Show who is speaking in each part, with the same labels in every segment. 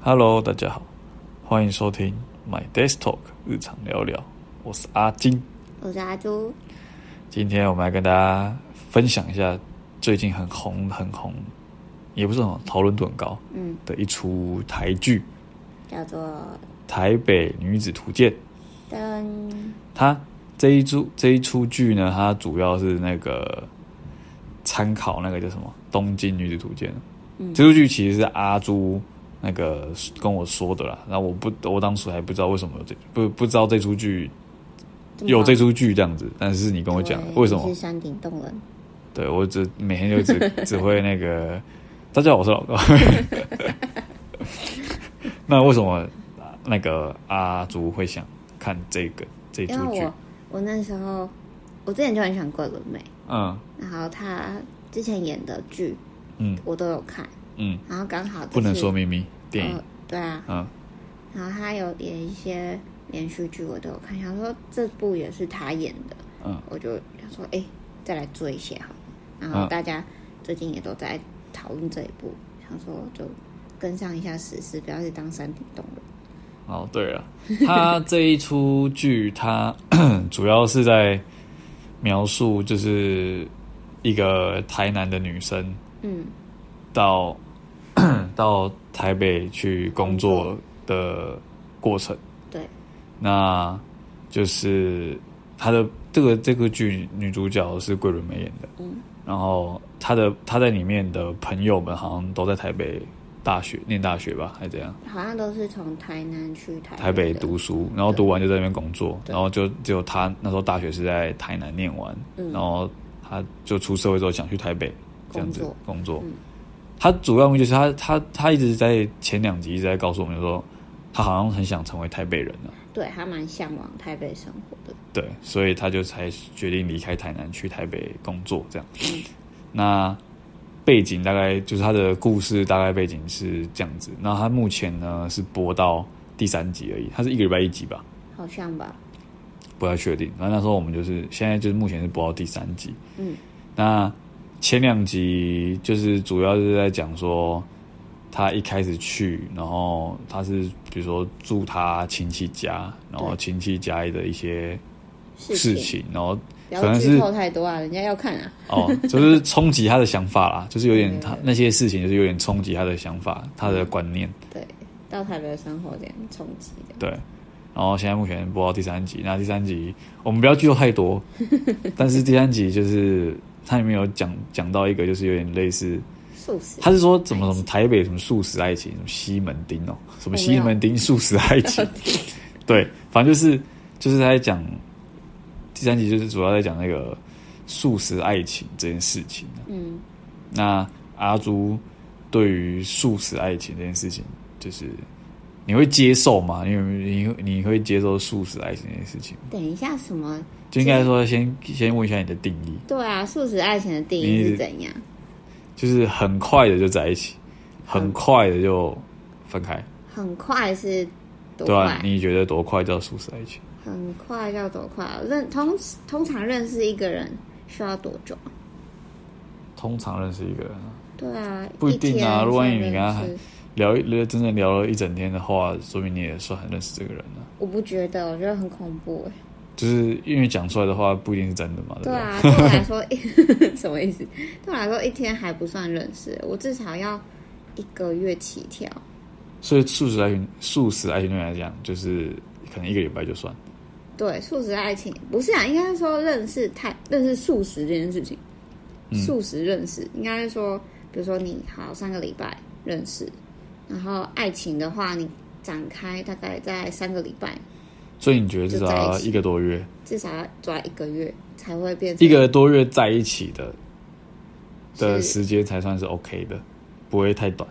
Speaker 1: Hello，大家好，欢迎收听 My Desk Talk 日常聊聊，我是阿金。
Speaker 2: 我是阿朱，
Speaker 1: 今天我们来跟大家分享一下最近很红很红，也不是很红，讨论度很高
Speaker 2: 嗯，
Speaker 1: 的一出台剧《
Speaker 2: 叫做
Speaker 1: 台北女子图鉴》。
Speaker 2: 灯，
Speaker 1: 它这一出这一出剧呢，它主要是那个参考那个叫什么《东京女子图鉴》。
Speaker 2: 嗯
Speaker 1: 这出剧其实是阿朱那个跟我说的啦，那我不我当时还不知道为什么有这不不知道这出剧
Speaker 2: 么
Speaker 1: 有这出剧这样子，但是你跟我讲
Speaker 2: 对
Speaker 1: 为什么
Speaker 2: 你是？山顶洞人，
Speaker 1: 对我只每天就 只只会那个，大家好，我是老高。 那为什么那个阿朱会想看这个这出
Speaker 2: 因为
Speaker 1: 剧
Speaker 2: 我？我那时候我之前就很喜欢桂纶镁，
Speaker 1: 嗯
Speaker 2: 然后她之前演的剧
Speaker 1: 嗯
Speaker 2: 我都有看，
Speaker 1: 嗯，
Speaker 2: 然后刚好这次
Speaker 1: 不能说秘密电影
Speaker 2: 呃，对啊，
Speaker 1: 嗯
Speaker 2: 然后她有演一些连续剧我都有看，想说这部也是她演的，
Speaker 1: 嗯
Speaker 2: 我就想说哎、再来追一些好了，然后
Speaker 1: 嗯
Speaker 2: 大家最近也都在讨论这一部，想说就跟上一下时事，不要去当山顶洞人。
Speaker 1: 哦，对了， 他这一出剧，他 主要是在描述就是一个台南的女生
Speaker 2: 嗯
Speaker 1: 到 到台北去工作的过程。，
Speaker 2: 对，
Speaker 1: 那就是他的这个这个剧女主角是桂纶镁演的，
Speaker 2: 嗯，
Speaker 1: 然后她的她在里面的朋友们好像都在台北大学念大学吧，还是怎样？
Speaker 2: 好像都是从台南去台
Speaker 1: 台北
Speaker 2: 北的，
Speaker 1: 读书，然后读完就在那边工作，
Speaker 2: 对
Speaker 1: 然后就只有他那时候大学是在台南念完，
Speaker 2: 嗯
Speaker 1: 然后他就出社会之后想去台北这样子
Speaker 2: 工作
Speaker 1: 工作。
Speaker 2: 嗯
Speaker 1: 他主要目的就是他他他一直在前两集一直在告诉我们说，他好像很想成为台北人啊，
Speaker 2: 对，还蛮向往台北生活的。
Speaker 1: 对，所以他就才决定离开台南去台北工作这样。
Speaker 2: 嗯
Speaker 1: 那背景大概就是他的故事大概背景是这样子，那他目前呢是播到第三集而已，他是一个礼拜一集吧。
Speaker 2: 好像吧，
Speaker 1: 不太确定。反正那时候我们就是现在就是目前是播到第三集，
Speaker 2: 嗯，
Speaker 1: 那前两集就是主要是在讲说他一开始去，然后他是比如说住他亲戚家，然后
Speaker 2: 对
Speaker 1: 亲戚家里的一些
Speaker 2: 事
Speaker 1: 事情，然后
Speaker 2: 不要
Speaker 1: 可能
Speaker 2: 剧
Speaker 1: 是
Speaker 2: 透太多啊，人家要看啊。
Speaker 1: 哦，就是冲击他的想法啦，就是有点
Speaker 2: 对
Speaker 1: 他那些事情就是有点冲击他的想法，他的观念。
Speaker 2: 对，到台北的生活这样冲击的，
Speaker 1: 对，然后现在目前播到第三集，那第三集我们不要剧透太多，但是第三集就是它里面有讲讲到一个，就是有点类似，
Speaker 2: 素食
Speaker 1: 他是说怎么什么台北什么素食爱情，什么西门町哦，什么西门町素食爱情，对，反正就是就是在讲第三集，就是主要在讲那个素食爱情这件事情。啊
Speaker 2: 嗯，
Speaker 1: 那阿朱对于素食爱情这件事情，就是你会接受吗？你有你会你会接受素食爱情这件事情吗？
Speaker 2: 等一下什么？
Speaker 1: 就应该说先先问一下你的定义，
Speaker 2: 对啊，素食爱情的定
Speaker 1: 你
Speaker 2: 义是怎样？
Speaker 1: 就是很快的就在一起，很快的就分开，
Speaker 2: 很快是多
Speaker 1: 对吧、
Speaker 2: 快？
Speaker 1: 你觉得多快叫素食爱情？
Speaker 2: 很快要多快啊？认通通常认识一个人需要多久啊？
Speaker 1: 通常认识一个人
Speaker 2: 对啊，
Speaker 1: 不一定啊
Speaker 2: 天
Speaker 1: 如果
Speaker 2: 才
Speaker 1: 你跟
Speaker 2: 认
Speaker 1: 他
Speaker 2: 识
Speaker 1: 聊一聊，真正聊了一整天的话，说明你也算很认识这个人了、啊
Speaker 2: 我不觉得，我觉得很恐怖欸
Speaker 1: 就是因为讲出来的话不一定是真的嘛，对不
Speaker 2: 对
Speaker 1: 对？
Speaker 2: 啊，对我 来说，一 什么意思？对我来说，一天还不算认识，我至少要一个月起跳。
Speaker 1: 所以素食爱情，素食爱情对你来讲，就是可能一个礼拜就算。
Speaker 2: 对，素食爱情不是啊，应该是说认识太认识素食这件事情，
Speaker 1: 嗯
Speaker 2: 素食认识应该是说，比如说你好上个礼拜认识，然后爱情的话，你展开大概在三个礼拜，
Speaker 1: 所以你觉得至少
Speaker 2: 就在
Speaker 1: 要
Speaker 2: 一起
Speaker 1: 一个多月，
Speaker 2: 至少要抓一个月才会变成
Speaker 1: 一个多月在一起的的
Speaker 2: 是
Speaker 1: 时间才算是 OK 的，不会太短。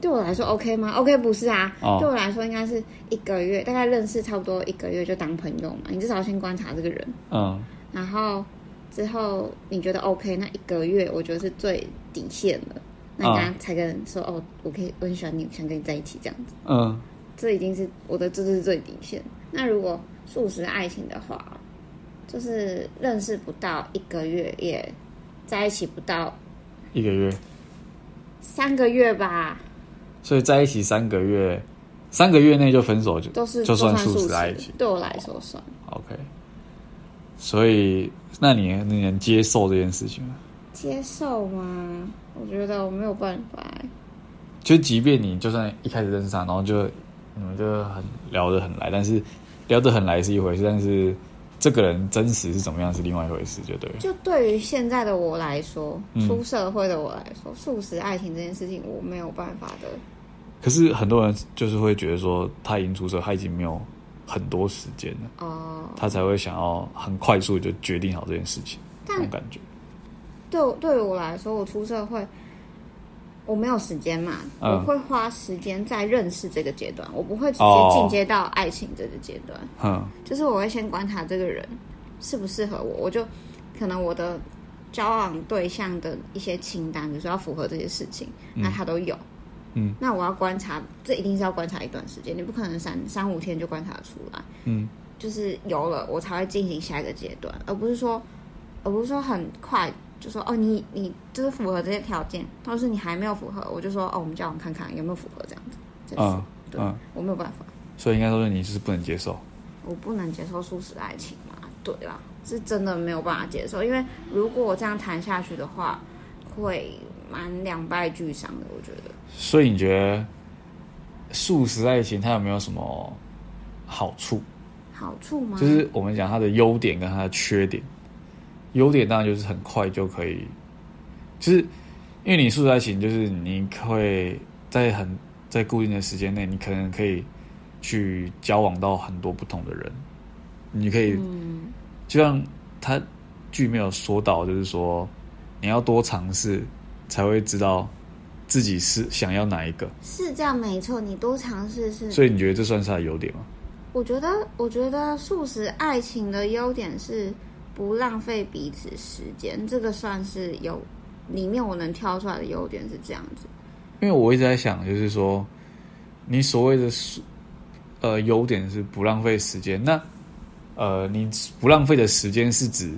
Speaker 2: 对我来说 OK 吗？OK 不是啊，
Speaker 1: 哦
Speaker 2: 对我来说应该是一个月，大概认识差不多一个月就当朋友嘛。你至少先观察这个人，
Speaker 1: 嗯，
Speaker 2: 然后之后你觉得 OK，那一个月我觉得是最底线了，那你
Speaker 1: 哦
Speaker 2: 刚刚才跟人说、哦，我可以我很喜欢你，想跟你在一起这样子，
Speaker 1: 嗯，
Speaker 2: 这已经是我的这就是最底线。那如果素食爱情的话，就是认识不到一个月，也在一起不到
Speaker 1: 一个月
Speaker 2: 三个月吧，
Speaker 1: 所以在一起三个月，三个月内就分手就
Speaker 2: 都是
Speaker 1: 就
Speaker 2: 算
Speaker 1: 素
Speaker 2: 食
Speaker 1: 食爱情。
Speaker 2: 对我来说算
Speaker 1: OK，所以那你你能接受这件事情吗？
Speaker 2: 接受吗？我觉得我没有办法欸，
Speaker 1: 就即便你就算一开始认识他，然后就你们就很聊得很来，但是聊得很来是一回事，但是这个人真实是怎么样是另外一回事，就对了。
Speaker 2: 就对于现在的我来说，
Speaker 1: 嗯
Speaker 2: 出社会的我来说，素食爱情这件事情我没有办法的。
Speaker 1: 可是很多人就是会觉得说，他已经出手，他已经没有很多时间了，
Speaker 2: 哦、
Speaker 1: 他才会想要很快速就决定好这件事情，这
Speaker 2: 但
Speaker 1: 种感觉。
Speaker 2: 对我对于我来说，我出社会，我没有时间嘛，
Speaker 1: 嗯
Speaker 2: 我会花时间在认识这个阶段，我不会直
Speaker 1: 哦
Speaker 2: 接进阶到爱情这个阶段，
Speaker 1: 哼，
Speaker 2: 就是我会先观察这个人适不适合我，我就可能我的交往对象的一些清单，比如说要符合这些事情，那他都有。
Speaker 1: 嗯，
Speaker 2: 那我要观察，这一定是要观察一段时间，你不可能三三五天就观察出来。
Speaker 1: 嗯，
Speaker 2: 就是有了，我才会进行下一个阶段，而不是说，而不是说很快就说哦，你你就是符合这些条件，或者是你还没有符合，我就说哦，我们交往看看有没有符合这样子。这是
Speaker 1: 嗯
Speaker 2: 对、
Speaker 1: 嗯
Speaker 2: 我没有办法，
Speaker 1: 所以应该说你就是不能接受。
Speaker 2: 我不能接受素食爱情嘛，对啦，是真的没有办法接受，因为如果我这样谈下去的话，会蛮两败俱伤的，我觉得。
Speaker 1: 所以你觉得素食爱情它有没有什么好处？
Speaker 2: 好处吗？
Speaker 1: 就是我们讲它的优点跟它的缺点。优点当然就是很快就可以，就是因为你素食爱情，就是你会在很在固定的时间内，你可能可以去交往到很多不同的人，你可以、
Speaker 2: 嗯，
Speaker 1: 就像他剧没有说到，就是说你要多尝试，才会知道自己是想要哪一个。
Speaker 2: 是这样没错，你多尝试是
Speaker 1: 所以你觉得这算是他的优点吗？
Speaker 2: 我觉得，我觉得素食爱情的优点是不浪费彼此时间，这个算是有里面我能挑出来的优点是这样子。
Speaker 1: 因为我一直在想，就是说你所谓的是呃优点是不浪费时间，那呃你不浪费的时间是指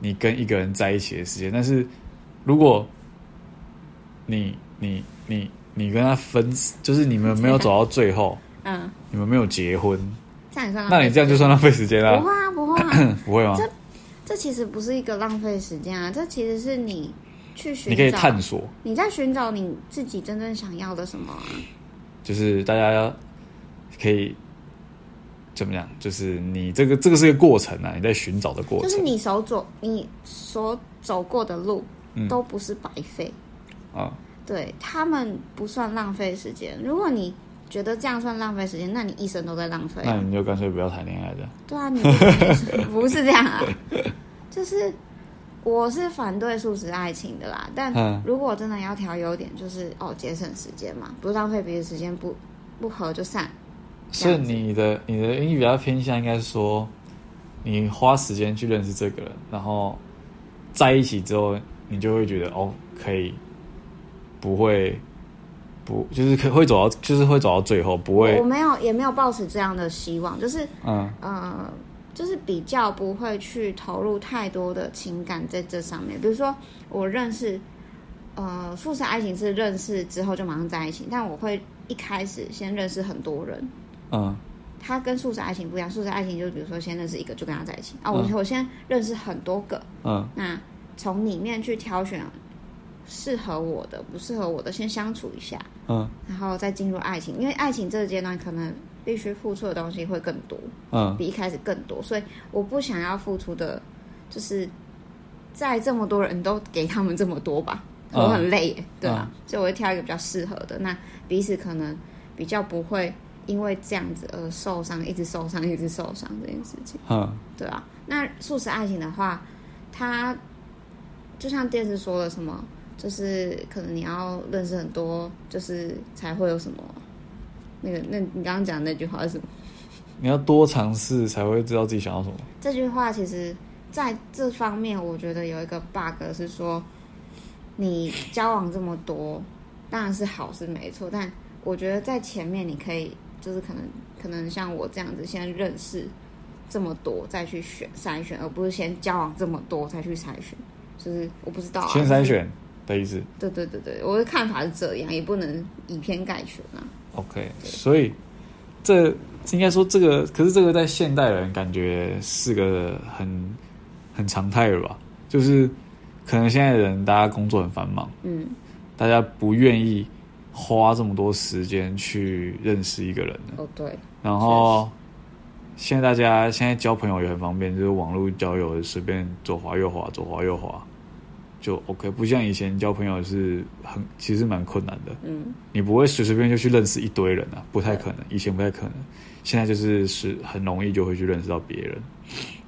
Speaker 1: 你跟一个人在一起的时间，但是如果你你你你跟他分，就是你们没有走到最后，
Speaker 2: 嗯，
Speaker 1: 你们没有结婚，
Speaker 2: 这样也算浪费
Speaker 1: 那你这样就算浪费时间啦、
Speaker 2: 不会啊，不会啊，
Speaker 1: 不会吗？
Speaker 2: 这这其实不是一个浪费时间啊，这其实是你去寻
Speaker 1: 你可以
Speaker 2: 找
Speaker 1: 探索，
Speaker 2: 你在寻找你自己真正想要的什么啊。
Speaker 1: 就是大家可以怎么讲？就是你这个这个是一个过程啊，你在寻找的过
Speaker 2: 就
Speaker 1: 程。
Speaker 2: 是你所走你所走过的路，
Speaker 1: 嗯
Speaker 2: 都不是白费。
Speaker 1: 啊，
Speaker 2: 对他们不算浪费时间。如果你觉得这样算浪费时间，那你一生都在浪费啊、
Speaker 1: 那你就干脆不要谈恋爱的。
Speaker 2: 对啊，你不是这样 啊，就是我是反对素食爱情的啦。但
Speaker 1: 嗯
Speaker 2: 如果真的要挑优点，就是哦，节省时间嘛，不浪费彼此时间，不不合就散。这
Speaker 1: 所以
Speaker 2: 样子
Speaker 1: 你的你的英语比较偏向，应该是说你花时间去认识这个人，然后在一起之后，你就会觉得哦，可以不会不就是可会走到就是会走到最后，不会
Speaker 2: 我没有也没有抱持这样的希望，就是
Speaker 1: 嗯
Speaker 2: 呃，就是比较不会去投入太多的情感在这上面。比如说，我认识，呃，富士爱情是认识之后就马上在一起，但我会一开始先认识很多人。
Speaker 1: 嗯
Speaker 2: 它跟素食爱情不一样，素食爱情就是比如说先认识一个就跟他在一起啊，我、
Speaker 1: 嗯
Speaker 2: 我先认识很多个，
Speaker 1: 嗯
Speaker 2: 那从里面去挑选适合我的、不适合我的，先相处一下，
Speaker 1: 嗯
Speaker 2: 然后再进入爱情，因为爱情这个阶段可能必须付出的东西会更多。
Speaker 1: 嗯
Speaker 2: 比一开始更多，所以我不想要付出的，就是在这么多人都给他们这么多吧，
Speaker 1: 嗯
Speaker 2: 我很累耶，对吧、所以我会挑一个比较适合的，那彼此可能比较不会因为这样子而受伤，一直受伤，一直受伤这件事情，
Speaker 1: 嗯
Speaker 2: 对啊。那素食爱情的话，它就像电视说的什么，就是可能你要认识很多，就是才会有什么。那个，那你刚刚讲的那句话是什么？
Speaker 1: 你要多尝试才会知道自己想要什么。
Speaker 2: 这句话其实在这方面，我觉得有一个 bug 是说，你交往这么多，当然是好是没错，但我觉得在前面你可以就是可能可能像我这样子，先认识这么多再去选筛选，而不是先交往这么多再去筛选。就是我不知道、啊，
Speaker 1: 先筛选，的意思。
Speaker 2: 对对对对，我的看法是这样，也不能以偏概全啊。
Speaker 1: OK，所以这应该说这个，可是这个在现代人感觉是个很很常态了吧？就是可能现在人大家工作很繁忙，
Speaker 2: 嗯，
Speaker 1: 大家不愿意花这么多时间去认识一个人了。
Speaker 2: 哦对，
Speaker 1: 然后现在大家现在交朋友也很方便，就是网络交友随便左滑右滑，左滑右滑就 OK，不像以前交朋友是很其实蛮困难的。
Speaker 2: 嗯，
Speaker 1: 你不会随随便就去认识一堆人啊，不太可能，以前不太可能，现在就是是很容易就会去认识到别人，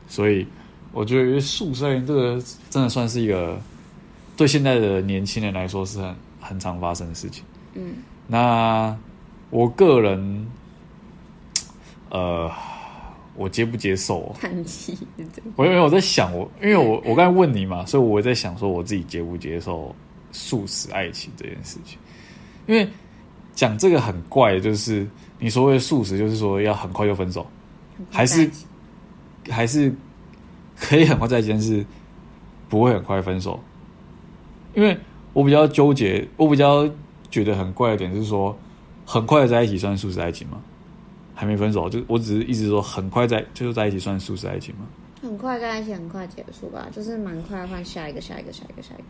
Speaker 1: 所以我觉得宿舍营这个真的算是一个对现在的年轻人来说是很很常发生的事情。
Speaker 2: 嗯，
Speaker 1: 那我个人，呃，我接不接受、哦？
Speaker 2: 叹气是这样。
Speaker 1: 我因为我在想我，因为我我刚才问你嘛，所以我在想说我自己接不接受素食爱情这件事情。因为讲这个很怪，就是你所谓的素食，就是说要很快就分手，还是还是可以很快在一起，但是不会很快分手。因为我比较纠结，我比较觉得很怪的点是说，很快在一起算素食爱情吗？还没分手，就我只是一直说很快在就是在一起算素食爱情吗？
Speaker 2: 很快在一起，很快结束吧，就是蛮快换下一个，下一个，下一个，下一个。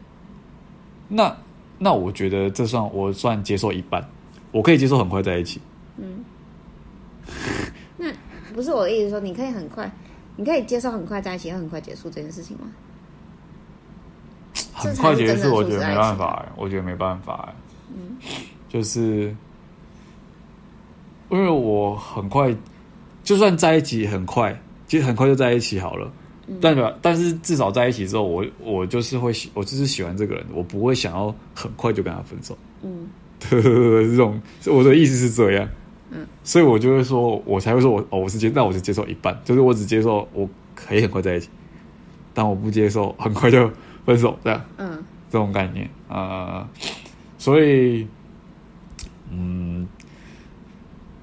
Speaker 1: 那那我觉得这算我算接受一半，我可以接受很快在一起。
Speaker 2: 不是我的意思说，你可以很快，你可以接受很快在一起，又很快结束这件事情吗？
Speaker 1: 很快结束，我觉得没办法、
Speaker 2: 这才是真的素食爱啊嗯
Speaker 1: 欸，我觉得没办法、欸。就是因为我很快，就算在一起很快，其实很快就在一起好了。
Speaker 2: 嗯
Speaker 1: 代表，但是至少在一起之后，我我就是会喜，我就是喜欢这个人，我不会想要很快就跟他分手。
Speaker 2: 嗯，
Speaker 1: 对对对 对，这种我的意思是这样。
Speaker 2: 嗯，
Speaker 1: 所以我就会说，我才会说我哦，我是接，那我就接受一半，就是我只接受我可以很快在一起，但我不接受很快就分手这样。
Speaker 2: 嗯，
Speaker 1: 这种概念啊、呃所以，嗯，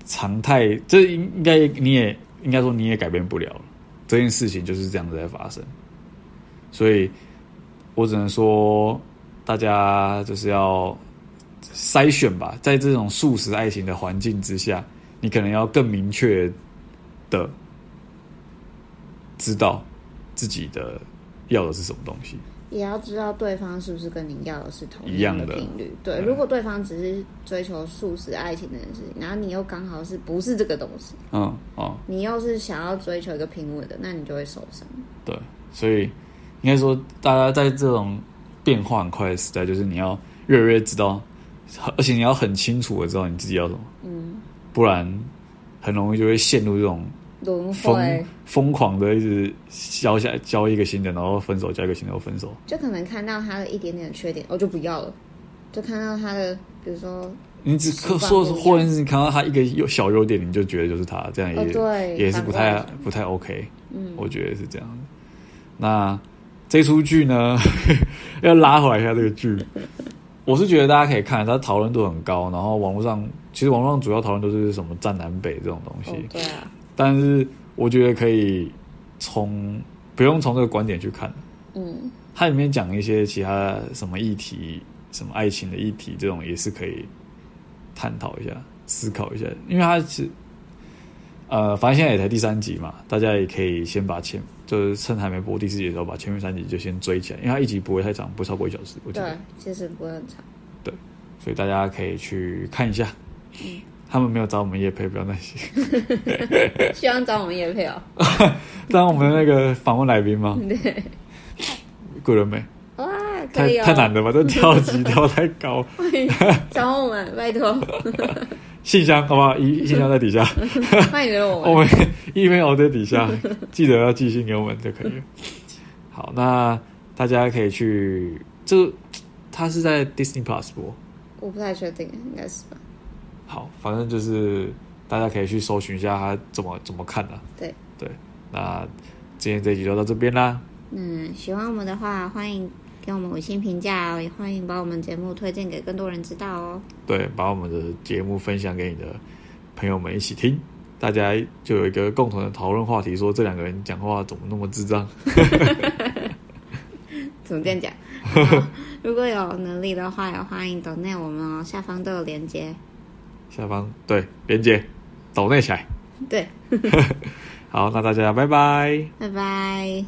Speaker 1: 常态这应应该你也应该说你也改变不了了，这件事情就是这样子在发生，所以我只能说大家就是要筛选吧，在这种素食爱情的环境之下，你可能要更明确的知道自己的要的是什么东西。
Speaker 2: 也要知道对方是不是跟你要的是同
Speaker 1: 一样的
Speaker 2: 的频率。对，
Speaker 1: 嗯
Speaker 2: 如果对方只是追求素食爱情这件事情，然后你又刚好是不是这个东西，
Speaker 1: 嗯哦，
Speaker 2: 你又是想要追求一个平稳的，那你就会受伤。
Speaker 1: 对，所以应该说，大家在这种变化很快的时代，就是你要越来越知道，而且你要很清楚的知道你自己要什么，
Speaker 2: 嗯，
Speaker 1: 不然很容易就会陷入这种
Speaker 2: 轮
Speaker 1: 疯
Speaker 2: 回
Speaker 1: 疯狂的，一直交下交一个新的，然后分手，交一个新的，又分手。
Speaker 2: 就可能看到他的一点点的缺点，哦我、就不要了。就看到他的，比如说，哦
Speaker 1: 你只
Speaker 2: 习惯
Speaker 1: 说，
Speaker 2: 不一样
Speaker 1: 或者是你看到他一个优小优点，你就觉得就是他，这样也、
Speaker 2: 哦，对，
Speaker 1: 也是不
Speaker 2: 反
Speaker 1: 太
Speaker 2: 过来
Speaker 1: 不太 OK。
Speaker 2: 嗯，
Speaker 1: 我觉得是这样的。那这出剧呢， 要拉回来一下这个剧，我是觉得大家可以看，它讨论度很高，然后网络上其实网络上主要讨论都是什么站南北这种东西，
Speaker 2: 哦，对啊，
Speaker 1: 但是我觉得可以从不用从这个观点去看，
Speaker 2: 嗯，
Speaker 1: 它里面讲一些其他什么议题，什么爱情的议题，这种也是可以探讨一下、思考一下，因为它是呃，反正现在也才第三集嘛，大家也可以先把前就是趁还没播第四集的时候，把前面三集就先追起来，因为它一集不会太长，不超过一小时，我觉得
Speaker 2: 对，，啊其实不会很长。
Speaker 1: 所以大家可以去看一下。嗯 他们没有找我们叶配，不要担心。
Speaker 2: 希望找我们叶配哦。
Speaker 1: 当我们那个访问来宾 吗？
Speaker 2: 对，
Speaker 1: 贵人美，
Speaker 2: 哇，可
Speaker 1: 太
Speaker 2: 以哦，
Speaker 1: 太难了吧？这跳级跳太高。
Speaker 2: 找我们，拜 托，
Speaker 1: 信箱好不好？一信箱在底下。
Speaker 2: 欢迎联络
Speaker 1: 我
Speaker 2: 我们。
Speaker 1: 们 email 在底下，记得要寄信给我们就可以了。好，那大家可以去，这它是在 Disney Plus 播，
Speaker 2: 我不太确定，应该是吧？
Speaker 1: 好，反正就是大家可以去搜寻一下它怎么怎么看啦、
Speaker 2: 对，
Speaker 1: 对，那今天这一集就到这边啦，
Speaker 2: 嗯，喜欢我们的话，欢迎给我们五星评价哦，也欢迎把我们节目推荐给更多人知道哦。
Speaker 1: 对，把我们的节目分享给你的朋友们一起听。大家就有一个共同的讨论话题，说这两个人讲话怎么那么智障？
Speaker 2: 怎怎么这 样讲？ 好如果有能力的话，也欢迎 d 内我们哦，下方都有连接。
Speaker 1: 下方对连接，抖内起来。
Speaker 2: 对，
Speaker 1: 好，那大家拜拜。
Speaker 2: 拜拜。